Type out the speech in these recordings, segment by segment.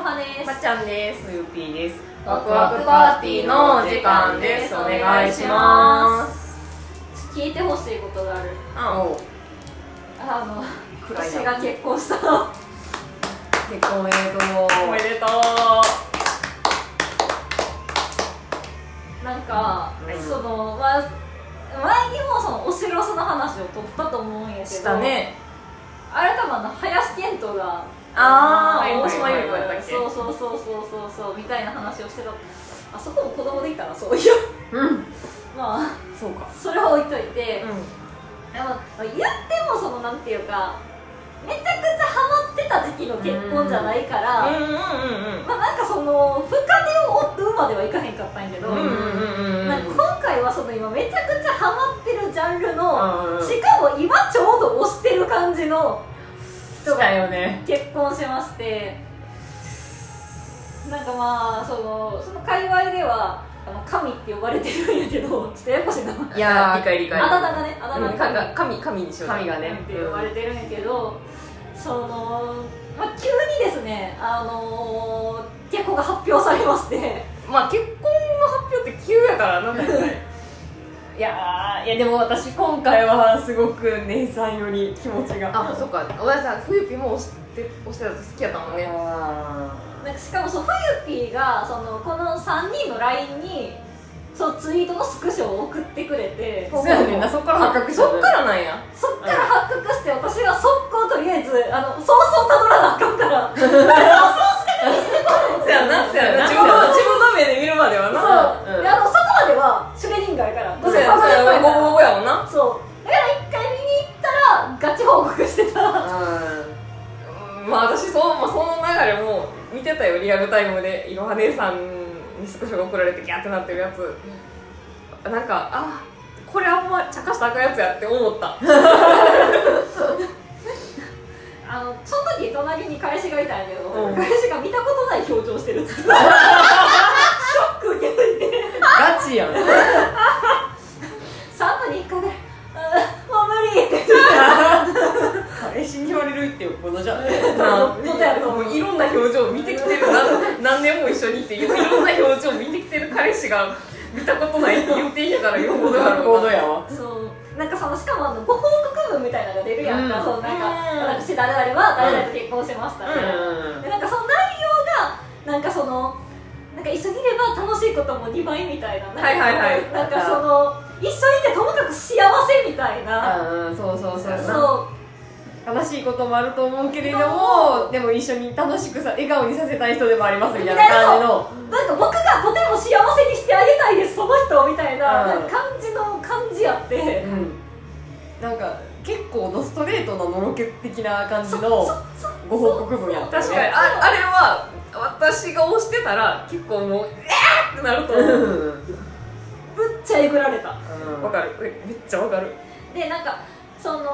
はですまっちゃんですゆうぴーですワワククワワククパパーテーティィーーのの時時間間でですすおお願願いいししまます聞いてほしいことがあるあおあの暗い私なが結婚したの結婚おめでとうおめでとなんか、うんそのまあ前にもそのオセロスの話を取ったと思うんやけどうしたねあれ多分あの林遣都があーの大島優子やったっけそうそうそうそうそうそうみたいな話をしてたあそこも子供できたらそういううんまあそうかそれは置いといて、うんでも言ってもそのなんていうかめちゃくちゃハマってた時期の結婚じゃないから、うんうんうんまあなんかその深手を追ってまではいかへんかったんやけど、うんうんうんうんなんか今回はその今めちゃくちゃハマってるジャンルの、うんしかも今ちょうど推してる感じの人したがよね結婚しましてなんかまあそのその界隈ではあの神って呼ばれてるんやけどちょっとややこしいなあいやー理解理解だ名がねあだ名うんが神神が神神にしよう神がねって呼ばれてるんやけど、その、まあ、急にですね、あのー、結婚が発表されまして、まあ結婚の発表って急やからなんだよねいやーいやでも私今回はすごく姉さんより気持ちがあそっかおやさん冬ぴも押して押してたと好きやったもんねなんかしかもそう、ふゆぴーがそのこの3人の LINE にそう、ツイートのスクショを送ってくれて、そうやねんなそっから発覚したそっからなんやそっから発覚して、私は速攻とりあえず、あのそうそうたどらなあかん から、そうそうやなそうやな自そうや分なの自分の目で見るまではなそう、でやあのそこまではシュレディンガーやから、どうそうせや考そえうやといたごぼらうぼぼやもんなそう、だから一回見に行ったら、ガチ報告してた。うんまあ私そう、まあ、その流れも見てたよリアルタイムでいろは姉さんに少しが送られてギャーってなってるやつ、なんかあこれあんま茶化したあかんやつやって思ったあのその時隣に彼氏がいたんやけど、うん彼氏が見たことない表情してるっつってショック受けといてガチやん3分に1回ぐらい「うんもう無理」って彼氏に言われるってよっぽどじゃんなそうだよもういろんな表情見てきてる何何年も一緒にいていろんな表情見てきてる彼氏が見たことないって言っていいんやからよほどやろうなやわそうなんかそのしかもあのご報告文みたいなのが出るやんか、うんそのなんかうん私誰々は誰々と結婚しましたみたいな、でなんかその内容がなんかそのなんか一緒にいれば楽しいことも2倍みたいななんかはいはいはいなんかその一緒にいてともかく幸せみたいな、うんうんそうそうそうやなそう悲しいこともあると思うけれどもでも一緒に楽しくさ笑顔にさせたい人でもありますみたいな感じのなんか僕がとても幸せにしてあげたいですその人をみたいな,、うんなんか感じの感じやって、うんなんか結構ドストレートなのろけ的な感じのご報告文やった確かにああれは私が押してたら結構もう「えー!」ってなるとう思うんぶっちゃえぐられたわかるえめっちゃわかるでなんかその推し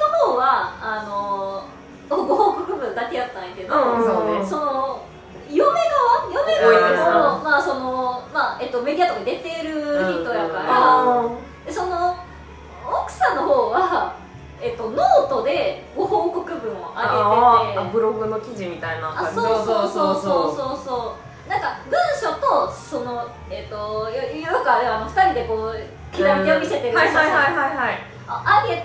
の方はあのご報告文だけやったんやけど、うんそうねその嫁側嫁側も、まあそのまあえっと、メディアとかに出てる人やから、うんでその奥さんの方は、えっと、ノートでご報告文をあげててあブログの記事みたいなあ感じそうそうそうそうそうそうなんか文書とそのえっ、とよよくあれはあの2人でこう左手を見せてるはいはい写はい真はいはいあ上げて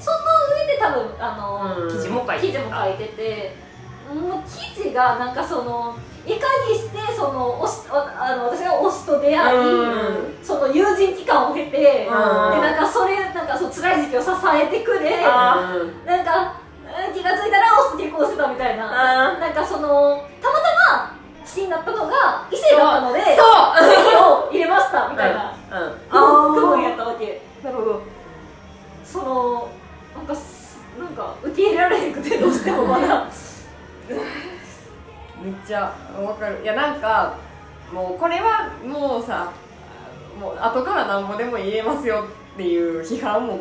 その上で多分あの、記事も書いて記事も書いててもう記事がなんかそのいかにしてそのおしああの私が推しと出会い、うその友人期間を経て、でなんあかそれなんかその辛い時期を支えてくれあなんかうん気がついたらオス結婚してたみたいなあなんかそのたまたま父になったのが異性だったのでそう籍を入れましたみたいなうんうん区分やったわけなるほどそのなんかすなんか受け入れられへんくてどうしてもまだめっちゃわかるいやなんかもうこれはもうさもう後からなんぼでも言えますよっていう批判も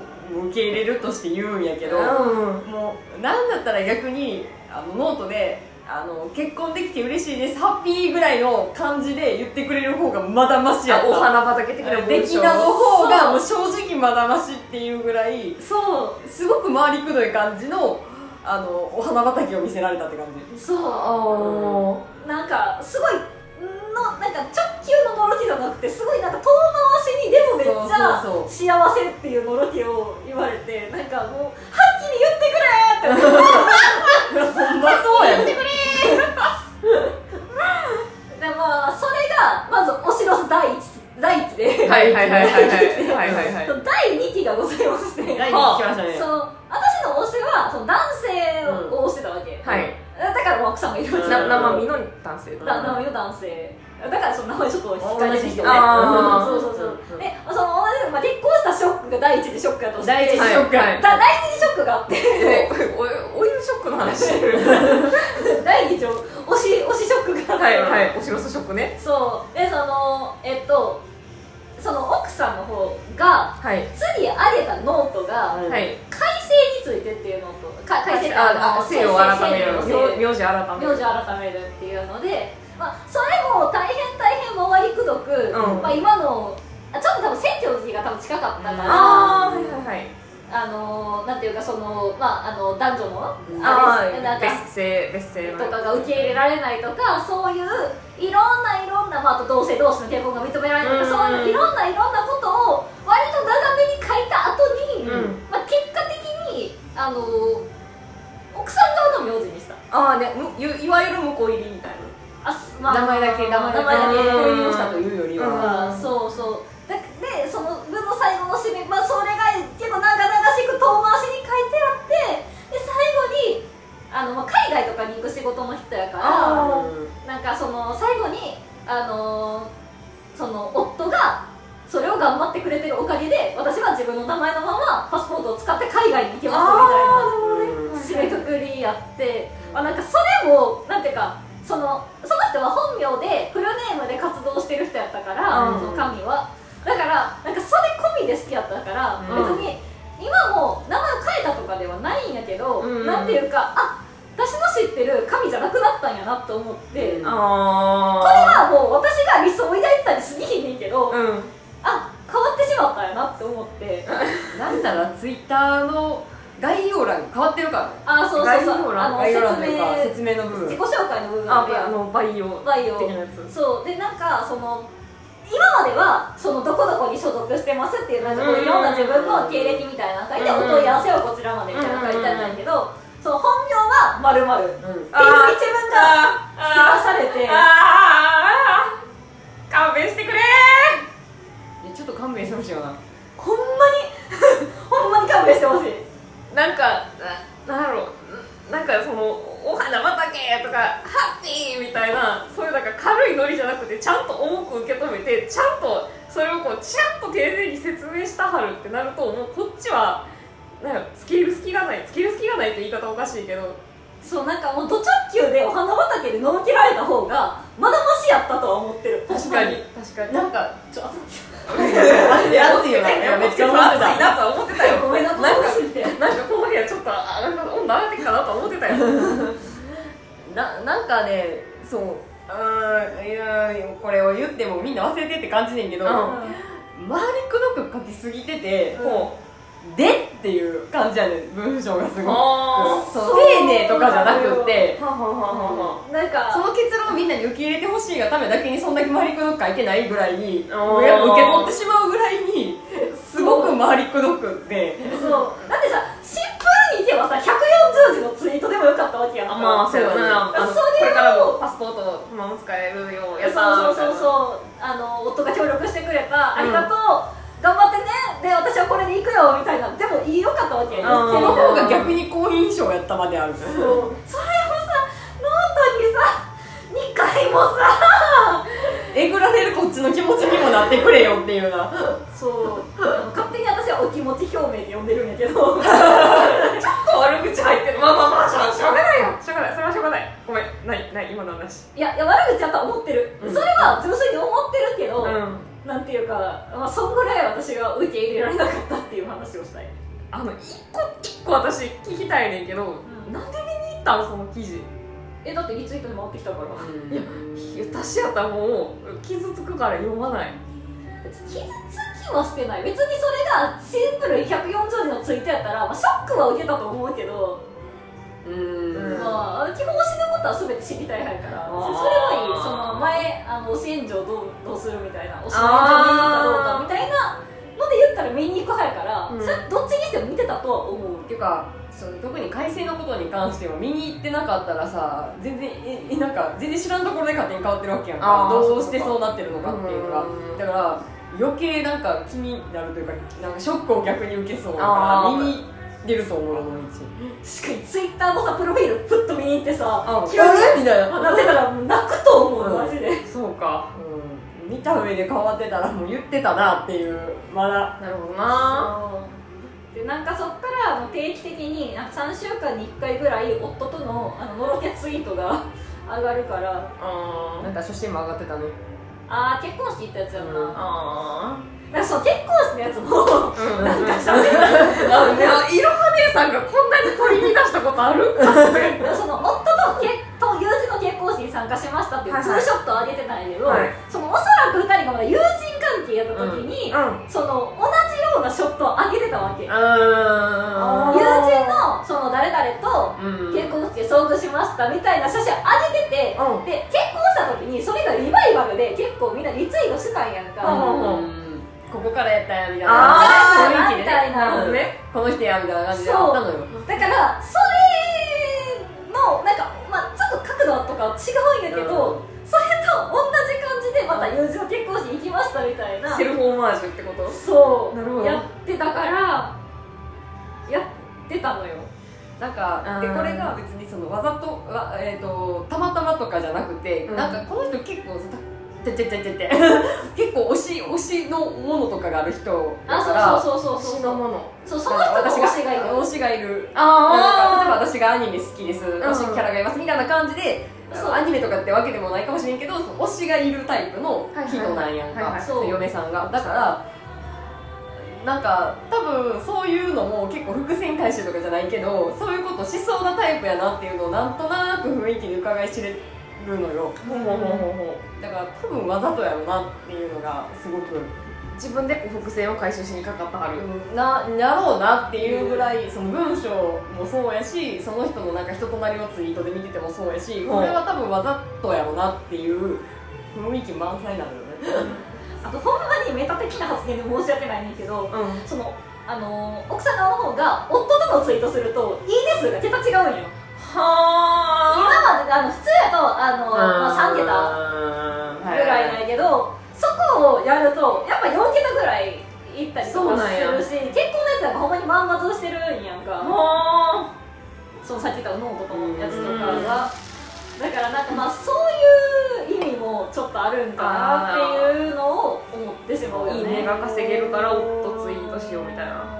受け入れるとして言うんやけどうんもうなんだったら逆にあのノートであの「結婚できて嬉しいですハッピー」ぐらいの感じで言ってくれる方がまだマシやあったお花畑的なで文き章なの方がもう正直まだマシっていうぐらいそうすごく回りくどい感じのああのお花畑を見せられたって感じそあうなんかすごいのなんか直球のノロティじゃなくてすごいなんか遠回しにでもめっちゃそうそうそう幸せっていうノロティを言われてなんかもうはっきり言ってくれーって思ってほんまそうやねでまあそれがまずお城第一第一で、あはいはいはいはいはいはいはい第2期がございまして、来に来ましたねその私の推しはその男性を推してたわけ、はいだから奥さんもいるわけだな生身の男性名前の男性だからその名前ちょっと引っかり同じねうん人ねうそんうそうそう、うんでその、まあ、結婚したショックが第一次ショックだとして第一次ショックはいはいだ第二次ショックがあってえおおお湯ショックの話してる第二次推し推しショックがあって、はいはいお城ショックねそうでそのえっとその奥さんの方がはい次上げたノートが、うんはい改正についてっていうのとか改正ああ姓を改める姓姓名名字改め名る字改めるっていうので、まあ、それも大変大変回りくどく、うんまあ、今のあちょっと多分選挙の時が多分近かったから、うんあああはいはいはいのなんていうかその、まあ、あの男女のうんあれなあんーか別姓別姓とのかが受け入れられないとかそういういろんないろんな、まあ、あと同性同士の結婚が認められないとか、うんそういういろんないろんなことを割と長めに書いた後に、うんまあ、結果的にあの奥さん側の名字にしたああねむゆいわゆる向こう入りみたいあ、すまあ名前だけ名前だけ名前だけうん購入したというよりはあーそうそうだでその文の最後の締め、まあ、それが結構長々しく遠回しに書いてあってで最後にあの、まあ、海外とかに行く仕事の人やからあーなんかその最後にあのーその夫がそれを頑張ってくれてるおかげで私は自分の名前のままパスポートを使って海外に行きますみたいな締うんめくくりやってあなんかそれもなんていうかそのその人は本名でフルネームで活動してる人やったから、うんその神はだからなんかそれ込みで好きやったから、う別んに今も名前を変えたとかではないんやけど、うんなんていうかあ私の知ってる神じゃなくなったんやなと思って、うんこれなあはもう私が理想を抱いてたりすぎひんねんけど、あうんあ変わってしまったんやなって思ってなんならツイッターの概要欄変わってるからねあそうそうそうあの概要欄と説いうか明説明の部自分己紹介の部分でああのバイオバイオ的なやつそうでなんかその今まではそのどこどこに所属してますっていうなんかこうんううんうんいろんな自分の経歴みたいなのが書いて、うんうんお問い合わせはこちらまでみたいなのが書いてあったんやけど、その本名はまるまるっていううん一文が付け足あーされてあー勘弁してくれいやちょっと勘弁してほしいよなほんまに ほんまに勘弁してほしいーなんかななんだろうなんかそのお花畑とかハッピーみたいなそういうなんか軽いノリじゃなくてちゃんと重く受け止めてちゃんとそれをこうちゃんと丁寧に説明したはるってなるともうこっちはなんやろつける隙がないつける隙がないって言い方おかしいけどそうなんかもうド直球でお花畑でのんきられた方がまだマシやったとは思ってる確かに確かになんかちょっいや熱いよなめっちゃ思って暑いたなとは思ってたよごめんななんこかの話ってなんかこの部屋ちょっとあなんか温度上がってきたなとは思ってた よななんかねそううーんいやーこれを言ってもみんな忘れてって感じねんけど、うん周りくどく書きすぎてて、もでっていう感じやねん文章がすうごいあそうそう丁寧とかじゃなくってーはははははなんかその結論をみんなに受け入れてほしいがためだけにそんだけ周りくどく書いてないぐらいにあーやっぱ受け取ってしまうぐらいにすごく周りくどくってそうだってさシンプルにいけばさ140字のツイートでもよかったわけやんかまあそうだなあそれをのこれからもパスポートまま使えるようやったーそうそうそうそうあの夫が協力してくれた、ありがとう頑張ってねで私はこれで行くよみたいなでもいいよかったわけやんうそんのその方方がが逆に好印象やったま であるそうそれをさノートにさ2回もさえぐられるこっちの気持ちにもなってくれよっていうなそうあの勝手に私はお気持ち表明で呼んでるんやけ ど悪口入ってるまあまあまあしょうしょうがないよしょうがないそれはしょうがないごめんないない今の話いやいや悪口やとは思ってる、うんそれは純粋に思ってるけど、うんなんていうか、まあ、そんぐらい私が受け入れられなかったっていう話をしたいあの一個一個私聞きたいねんけど、んなんで見に行ったんその記事えだってリツイートで回ってきたからいや私やったらもう傷つくから読まない傷つきはしてない別にそれがシンプルに140字のツイートやったら、まあ、ショックは受けたと思うけどううんまあ、基本推しのことは全て知りたい派やからあそれーはいいその前あの推し炎上どうどうするみたいな推しの炎上見に行くかどうかみたいなので言ったら見に行く派やから、うんそれどっちにしても見てたとは思うっていうかその特に改正のことに関しては見に行ってなかったらさ全然ええなんか全然知らんところで勝手に変わってるわけやんあーかどうしてそうなってるのかっていうのがうんだから余計なんか気になるというかなんかショックを逆に受けそうだあかーら見に行ってると思うの毎日しかにツイッターのさプロフィールプッと見に行ってさあ急にれみたいな、なってたら泣くと思ううんマジでそうかうん、見た上で変わってたらもう言ってたなっていうまだなるほどなでなんかそっからあの定期的になんか3週間に1回ぐらい夫とのあののろけツイートが 上がるからあなんか初心も上がってたねああ結婚式行ったやつやんな、うんあなんかその結婚式のやつもうんなんかしゃべるあでもいろは姉さんがこんなに取り乱したことあるその夫とけと友人の結婚式に参加しましたっていうはいツはーいショットを上げてたんやけど、はいそのおそらく2人がまだ友人関係やった時に、うんその同じようなショットを上げてたわけ友ああ人のその誰々とうん結婚式で遭遇しましたみたいな写真を上げてて、うんで結婚した時にそれがリバイバルで結構みんなリツイートしてたんやんか、うんうんここからやったんやみたいあーな雰囲気でなんねかなねこの人やみたいな感じであったのよだからそれのなんか、まあ、ちょっと角度とかは違うんやけど、それと同じ感じでまた友人の結婚式行きましたみたいなセルフオマージュってことそうなるほどやってたからやってたのよなんかあでーこれが別にそのわざとわ、えー、とたまたまとかじゃなくて、うんなんかこの人結構てててててて 結構推し推しのものとかがある人だからあそうそうそうそう死そのうものそうその人の推しがいる推しがいるなんかあ例えば私がアニメ好きです推しキャラがいますみたいな感じで、そうアニメとかってわけでもないかもしれんけどその推しがいるタイプの人なんやはんいはいはいはいかそう嫁さんがだからなんか多分そういうのも結構伏線回収とかじゃないけどそういうことしそうなタイプやなっていうのをなんとなく雰囲気で伺い知れるのよあほうほうほうほうほうだから多分わざとやろなっていうのがすごく自分でこう伏線を回収しにかかったはるななろうなっていうぐらいその文章もそうやしその人のなんか人となりをツイートで見ててもそうやしこれは多分わざとやろなっていう雰囲気満載なのよねあとほんまにメタ的な発言で申し訳ないねんけどうんそのあのー奥さん側の方が夫とのツイートすると「いいね」数が桁違うんよ今はあまであの普通やとあの、まあ、3桁はぐらいなんやけど、そこをやるとやっぱ4桁ぐらいいったりとそうかなんやするし結婚のやつなんかほんまにまんまとしてるんやんかはそのさっき言ったノートとのやつとかうんがだからなんかまあそういう意味もちょっとあるんかなっていうのを思ってしまうよあいいねねが稼げるから夫ツイートしようみたいな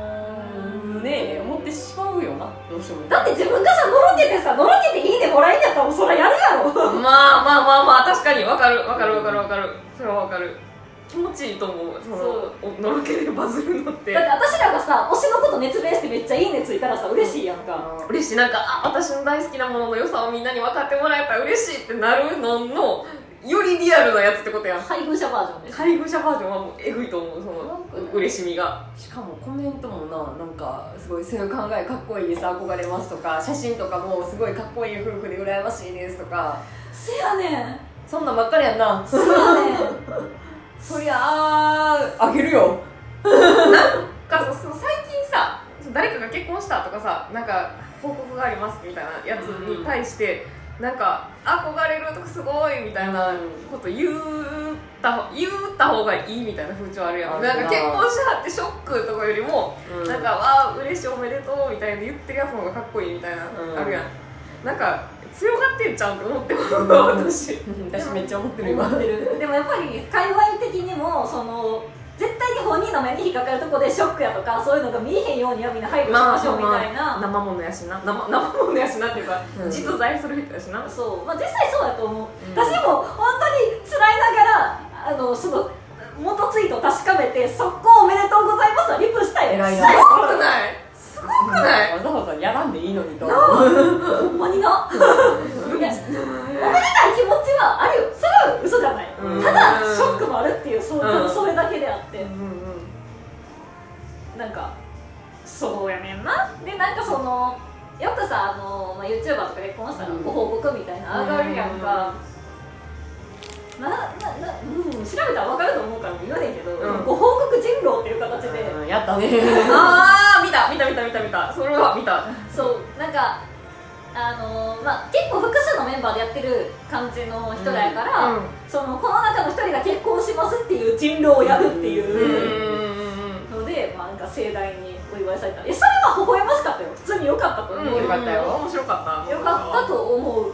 うんねえ思ってしまうよなどうしてもだって自分がさのろけてさのろけていいねもらえんやったらもうそらやるやろまあまあまあまあ確かにわかるわかるわかるわかるそれはわかる気持ちいいと思うそのそうおのろけでバズるのってだって私らがさ推しのこと熱弁してめっちゃいいねついたらさ嬉しいやんか嬉しいなんかあ私の大好きなものの良さをみんなに分かってもらえたら嬉しいってなるののよりリアルなやつってことやん配偶者バージョンでしょ配偶者バージョンはもうえぐいと思うその嬉しみがしかもコメントもななんかすごいそういう考えかっこいいです憧れますとか写真とかもすごいかっこいい夫婦で羨ましいですとかせやねんそんなんばっかりやんなせやねんそりゃああげるよかそその最近さその誰かが結婚したとかさなんか報告がありますみたいなやつに対して、なんか憧れるとかすごいみたいなこと言った方言った方がいいみたいな風潮あるやあんるななんか結婚しはってショックとかよりもなんか、わあ、嬉しい、おめでとうみたいな言ってるやつの方がかっこいいみたいな、うんあるやん。なんか、強がってんじゃんって思ってます、うん私。 私めっちゃ思ってる今 思ってるでもやっぱり界隈的にもその絶対に本人の目に引っかかるとこでショックやとかそういうのが見えへんようにはみんな配慮しましょうみたいな、生ものやしな。生生ものやしなっていうか、うん実在する人やしな。そうまあ実際そうやと思う、うん私も本当に辛いながらあのその元ツイートを確かめて速攻おめでとうございますはリプしたい偉いしなたよすごくないすごくないわざわざやらんでいいのにとほんまにないやおめでたい気持ちはあるよそれは嘘じゃない、うんただショックもあるっていうそううんそれだけであって、うんうんなんかそうやねんなでなんかそのよくさあの、まあ、YouTuber とか結婚したらうんご報告みたいな上がるやんか、なななうん、調べたら分かると思うから言わねんけど、うんご報告人狼っていう形で、うんやったね あー見た見た見た見た見たそれは見たそうなんかあのーまあ、結構複数のメンバーでやってる感じの人らやから、うんうんそのこの中の一人が結婚しますっていう人狼をやるってうんうんいうので、まあ、なんか盛大にお祝いされたいやそれは微笑ましかったよ普通に良かったとう思んう、うんよよかったよ面白かったかったと思う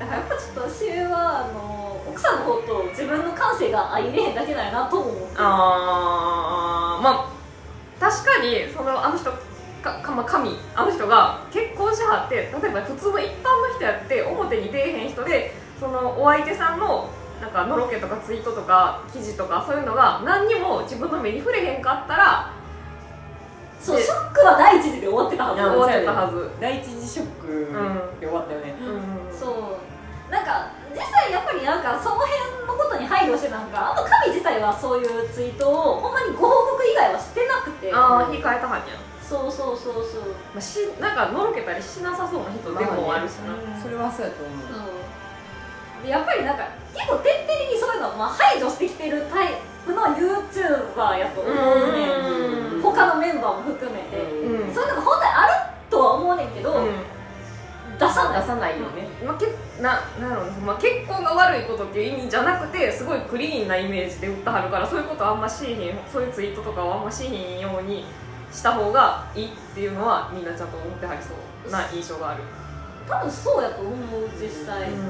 だからやっぱちょっと私はあの奥さんの方と自分の感性が相入れへんだけなんやなとも思ってるあーまあ確かにそのあの人かか、まあ、神あの人が結婚しはって例えば普通の一般の人やって表に出えへん人でそのお相手さんのなんかのろけとかツイートとか記事とかそういうのが何にも自分の目に触れへんかったらそうショックは第一次で終わってたはずいや終わってたはず、第一次ショックで終わったよね、そうそうなんか実際やっぱりなんかその辺のことに配慮してなんかあと神自体はそういうツイートをほんまにご報告以外はしてなくてああ控えたはんや、まそうそうそうそうそうあ、しなんかのろけたりしなさそうな人でもあるしな、それはそうやと思う、でやっぱりなんか結構徹底的にそういうのをまあ排除してきてるタイプの YouTuber やと思うねんうん他のメンバーも含めて、うんそういうのが本来あるとは思うねんけど、うん出さない出さないよね、まあ、けななんやろうな、まあ、結婚が悪いことっていう意味じゃなくてすごいクリーンなイメージで売ったはるからそういうことはあんましいひんそういうツイートとかはあんましいひんようにした方がいいっていうのはみんなちゃんと思ってはりそうな印象がある、多分そうやと思う実際、うん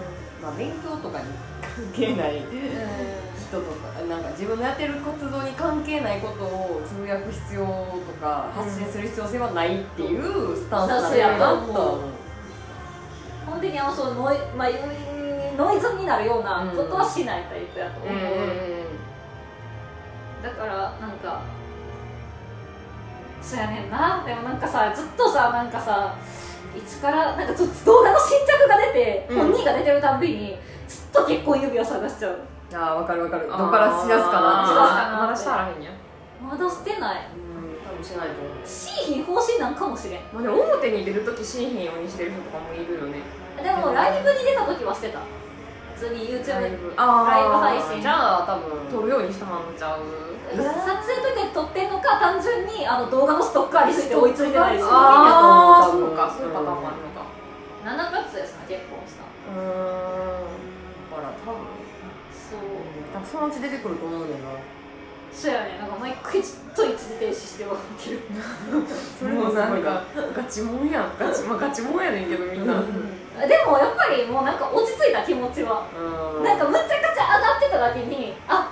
まあ、勉強とかに関係ない人とかなんか自分のやってる活動に関係ないことをつぶやく必要とかうん発信する必要性はないっていうスタンスなんやなとは思う本当にあのそうノイ,、まあ、ノイズになるようなことはしないタイプやと思う、だからなんかそうやねんなでもなんかさずっとさなんかさいつからなんかちょっと動画の新着が出て、うん本人が出てるたんびにずっと結婚指輪探しちゃうああ分かる分かるどっからしやすかな知知ららすすかなまだしたらかへんやまだ捨てない多分しないと思うしい品方針なんかもしれんまあ、でも表に出るときしいひんようにしてる人とかもいるよねでもライブに出た時は捨てた普通に YouTube ライでブあーライブ配じ信ゃあ多分撮るようにしたはんちゃう撮影の時に撮ってんのか単純にあの動画のストックありすぎて追いついてないしストックありああそういう意味やと思うそうかそういうパ多分ターンもあるのか7月ですね結婚したうんほら多分そう多分そのうち出てくると思うねんなそうやねなんか毎回ちょっと一時停止してはってるそれもなんかガチもんやんガチ,、まあ、ガチもんやねんけどみんな、うんでもやっぱりもうなんか落ち着いた気持ちはうなんかむちゃくちゃ上がってただけにあ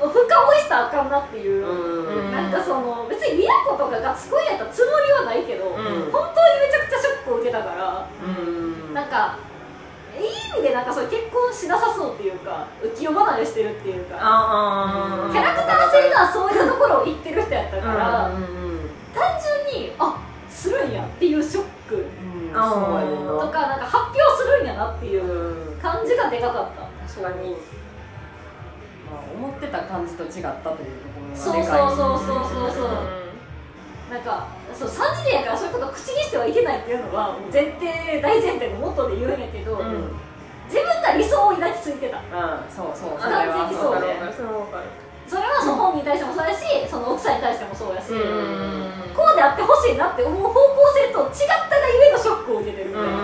深追いしたらあかんなっていうう、んなんかその別に宮子とかがすごいやったつもりはないけど、うん本当にめちゃくちゃショックを受けたからうんなんかいい意味でなんかそう結婚しなさそうっていうか浮世離れしてるっていうかあキーャラクター性がそういうところを言ってる人やったから、うんうん単純にあするんやっていうショックうんあーそうやねんなとかなんか発表するんやなっていう感じがでかかった確かにまあ、思ってた感じと違ったというとこそうろそうがでかいそうそうそうそうなんかそう3次元やからそういうことを口にしてはいけないっていうのは前提大前提のモットーで言うんやけど、うんうん自分が理想を抱きついてたうんそうそうそれ完は璧そうそうねそれはわかるそれはその本人に対してもそうやしその奥さんに対してもそうやし、うんこうんうであってほしいなって思う方向性と違ったがゆえのショックを受けてるみたいな、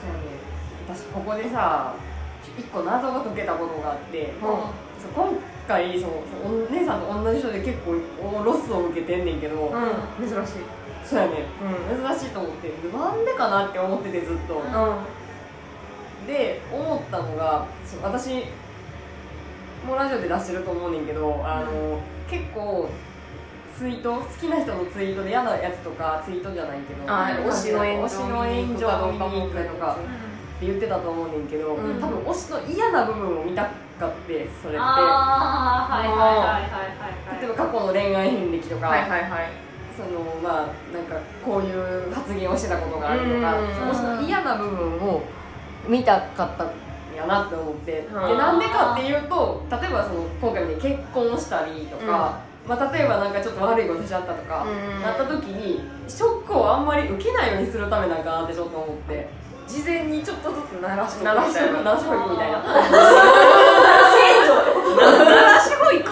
そうやね私ここでさ一個謎が解けたことがあって、うんそう今回そうそうお姉さんと同じ人で結構おロスを受けてんねんけうど、ん珍しいそうやねうん珍しいと思ってなんでかなって思っててずっと、で思ったのがそう私もうラジオで出してると思うねんけどあの、結構ツイート好きな人のツイートで嫌なやつとかツイートじゃないけどあー推しの炎上推しの炎上を見に行くとかって言ってたと思うねんけど、うん多分推しの嫌な部分を見たかってそれってああはいはいはいはいはいはい例えば過去の恋愛遍歴とか、はいはいはいそのまあなんかこういう発言をしてたことがあるとか、うんその人の嫌な部分を見たかったんやなって思って、んでなんでかっていうと例えばその今回みたいに結婚したりとか、まあ、例えばなんかちょっと悪いことしちゃったとか、うんなった時にショックをあんまり受けないようにするためなんかなってちょっと思って事前にちょっとずつ鳴らし鳴らしとく鳴らしとくみたいなごいく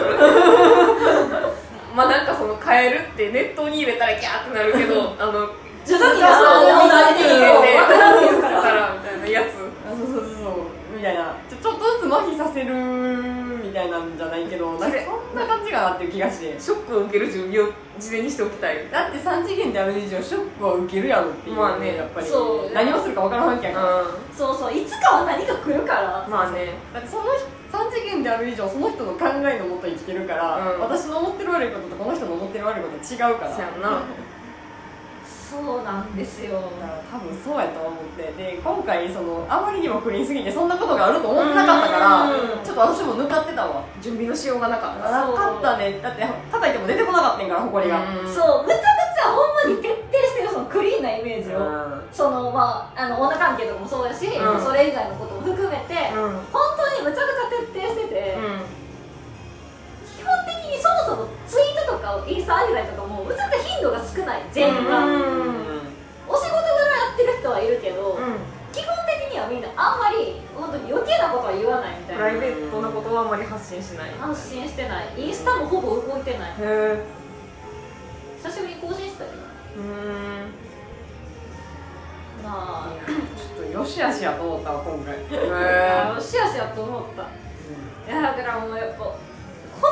まあなんかそのカエルって熱湯に入れたらギャーってなるけ どあの徐々にガ謎をサ慣れッてて入いれくてよわ分かからんらんですからですからみたいなやつあそうそうそうそうみたいなちょちょっとずつ麻痺させるみたいなんじゃないけどなんかそんな感じかなっていう気がしてショックを受ける準備を事前にしておきたいだって3次元である以上ショックは受けるやろっていう、まあねやっぱりそう何をするか分からんわけやから、うそうそういつかは何か来るからんまあねだってその3次元である以上その人の考えのもと生きてるから、うん私の思ってる悪いこととこの人の思ってる悪いこと違うかそらやんなそうなんですよだから多分そうやと思ってで今回そのあまりにもクリーンすぎてそんなことがあると思ってなかったからうんちょっと私も抜かってたわ準備のしようがなかったなかったねだって叩いても出てこなかったんやから埃が、うんそうむちゃむちゃほんまに徹底してるそのクリーンなイメージをそのまああの女関係とかもそうだし、うんそれ以外のことも含めて、うん本当にむちゃくちゃ徹底してて、う基本的にそもそもツイートとかインスタ上げたりとかもむちゃくちゃ頻度が少ない全部が、うんお仕事柄やってる人はいるけど、ん基本的にはみんなあんまり本当に余計なことは言わないみたいプなライベートなことはあまり発信しないへ発信してないインスタもほぼ動いてないえ久しぶりに更新したけどうんまちょっとよしあしやと思ったわ今回、へあえよしよしやと思ったいやだからもうやっぱこ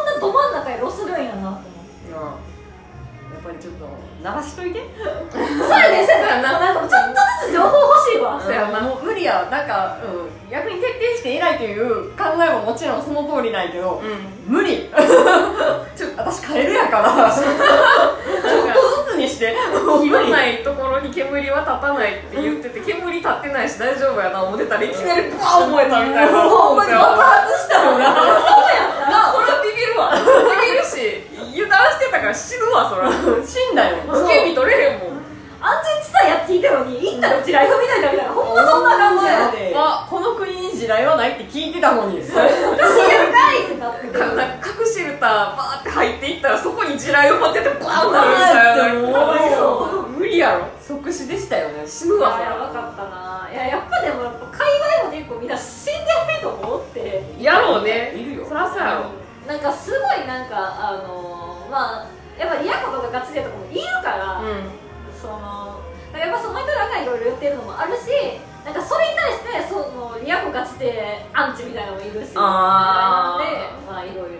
んなど真ん中にロスるんやなと思っていややっぱりちょっと流しといてそうやねそうややねななんかちょっとずつ情報欲しいわそうやなもう無理やなんか、うん、逆に徹底していないという考えももちろんその通りないけうど、ん無理 ちょ私カエルやから ちょっとずつにして 火無の理ないところに煙は立たないって言ってて煙立ってないし大丈夫やな思ってたらいきなりブワー燃えたみたいなほんまに爆な発したそよなれはビビるわビビるし油断してたから死ぬわそら死んだよそう受け身取れへんもん安全地帯やっていたのに行ったらうちライフみたいになるからほんまそんな感じやでであこの国に時代はないって聞いてたのにおかしいやんかいってなってくるかなんか各シェルターバーって入っていったらそこに地雷を持っててバーンなるみたいバーンってなも無理やろ即死でしたよね死ぬわあやばそかったないややっぱでもやっぱ界隈も結構みんな死んでると思ってらやろうねいるよそらそうやろなんかすごいなんかあのーまあやっぱり嫌ことがガチでとかもいるから、うそのやっぱその人らがいろいろ言ってるのもあるしなんかそれに対してそのリアコガチでアンチみたいなのもいるしあーみたいなのでまあいろいろ